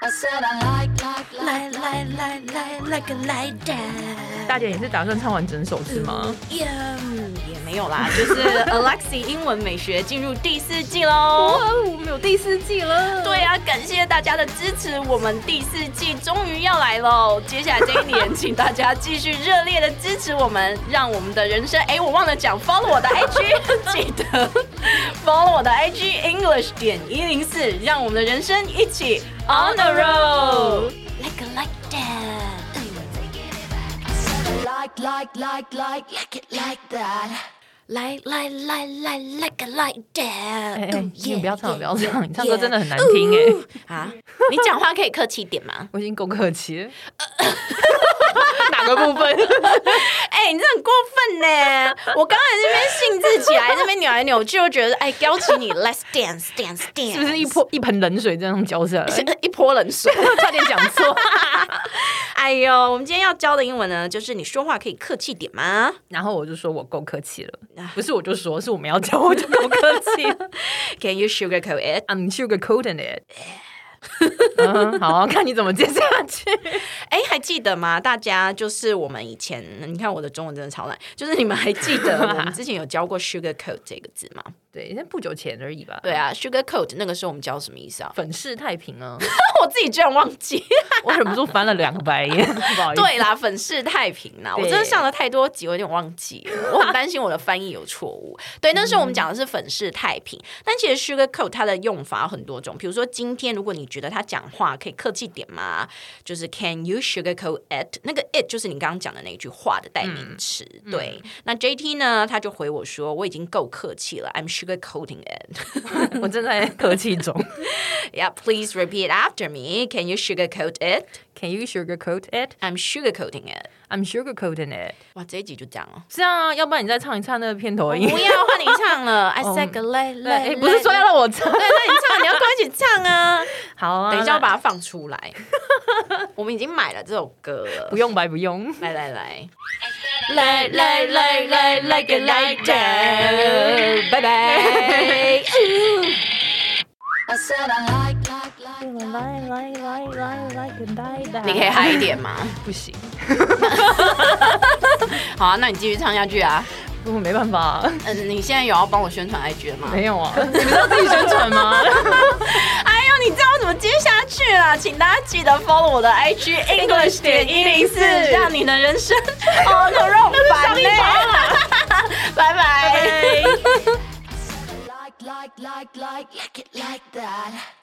I said I like, like, like, like like like like like that。大姐，你是打算唱完整首是吗？也没有啦，就是 Alexi 英文美学进入第四季喽。我们有第四季了。对啊，感谢大家的支持，我们第四季终于要来喽！接下来这一年，请大家继续热烈的支持我们，让我们的人生……哎，我忘了讲，follow 我的 IG，记 得 follow 我的 IG English 点一零四，让我们的人生一起 on the road。 Like a like that。 I said I like, like, like, like, like it like that. Like like like like like a like 哎、 that。哎嗯你不要唱了， yeah，不要 yeah，唱，你唱 yeah 歌真的很难听哎、啊，你讲话可以客气一点吗？我已经够客气了。哪个部分？哎、你这很过分呢！我刚才这边兴致起来，这边扭来扭去，我觉得哎，邀请你 Let's dance dance dance，是不是一泼一盆冷水这样浇 下来？一泼冷水？差点讲错。 哎呦，我们今天要教的英文呢，就是你说话可以客气点吗？然后我就说我够客气了啊，不是我就说是我们要教我就够客 气了。 Can you sugarcoat it？ I'm sugarcoating it 嗯。好，看你怎么接下 去。哎，还记得吗？大家就是我们以前，你看我的中文真的超烂，就是你们还记得我们之前有教过 sugarcoat 这个 字吗？对，那不久前而已吧。对，啊，sugarcoat 那个时候我们教什么意思啊？粉饰太平啊，我自己居然忘记。我忍不住翻了两个白 眼，不好意思。对啦，哎粉饰太平啦，我对真的上了太多集，我有点忘记了， 我很担心我的翻译有错误。对，那时候我们讲的是粉饰太平，但其实 sugar coat 它的用法有很多种，比如说今天如果你觉得他讲话可以客气点嘛，就是 Can you sugar coat it？那个 it 就是你刚刚讲的那一句话的代名词。对，那 JT 呢，他就回我说我已经够客气了，I'm sugar coating it。 我正在客气中。 Yeah, please repeat after me. Can you sugarcoat it? Can you sugarcoat it? I'm sugarcoating it. I'm sugarcoating it。哇，这一集就这样哦。这样啊，要不然你再唱一唱那个片头音 不。要换你唱 了，I said Like a like 对，哎 like。不是说要让我唱。对，那你唱，你要跟我一起唱 啊！好啊，等一下，那我把它放出来。我们已经买了这首歌了不。用白不用。来来来， like like like like like a like that。拜拜。 I said I like, like, like, like. 来来来来来，跟大家你可以嗨一点 吗？不行，好啊，那你继续唱下去啊。我没办法啊，嗯，你现在有要帮我宣传 IG 了吗？没有啊，你们要自己宣传吗？哎呦，你知道我怎么接下去啊？请大家记得 follow 我的 IG English 点一零四，让你的人生 哦 on the road 版呢。 拜拜。 I said I like, like, like, like, like it like that.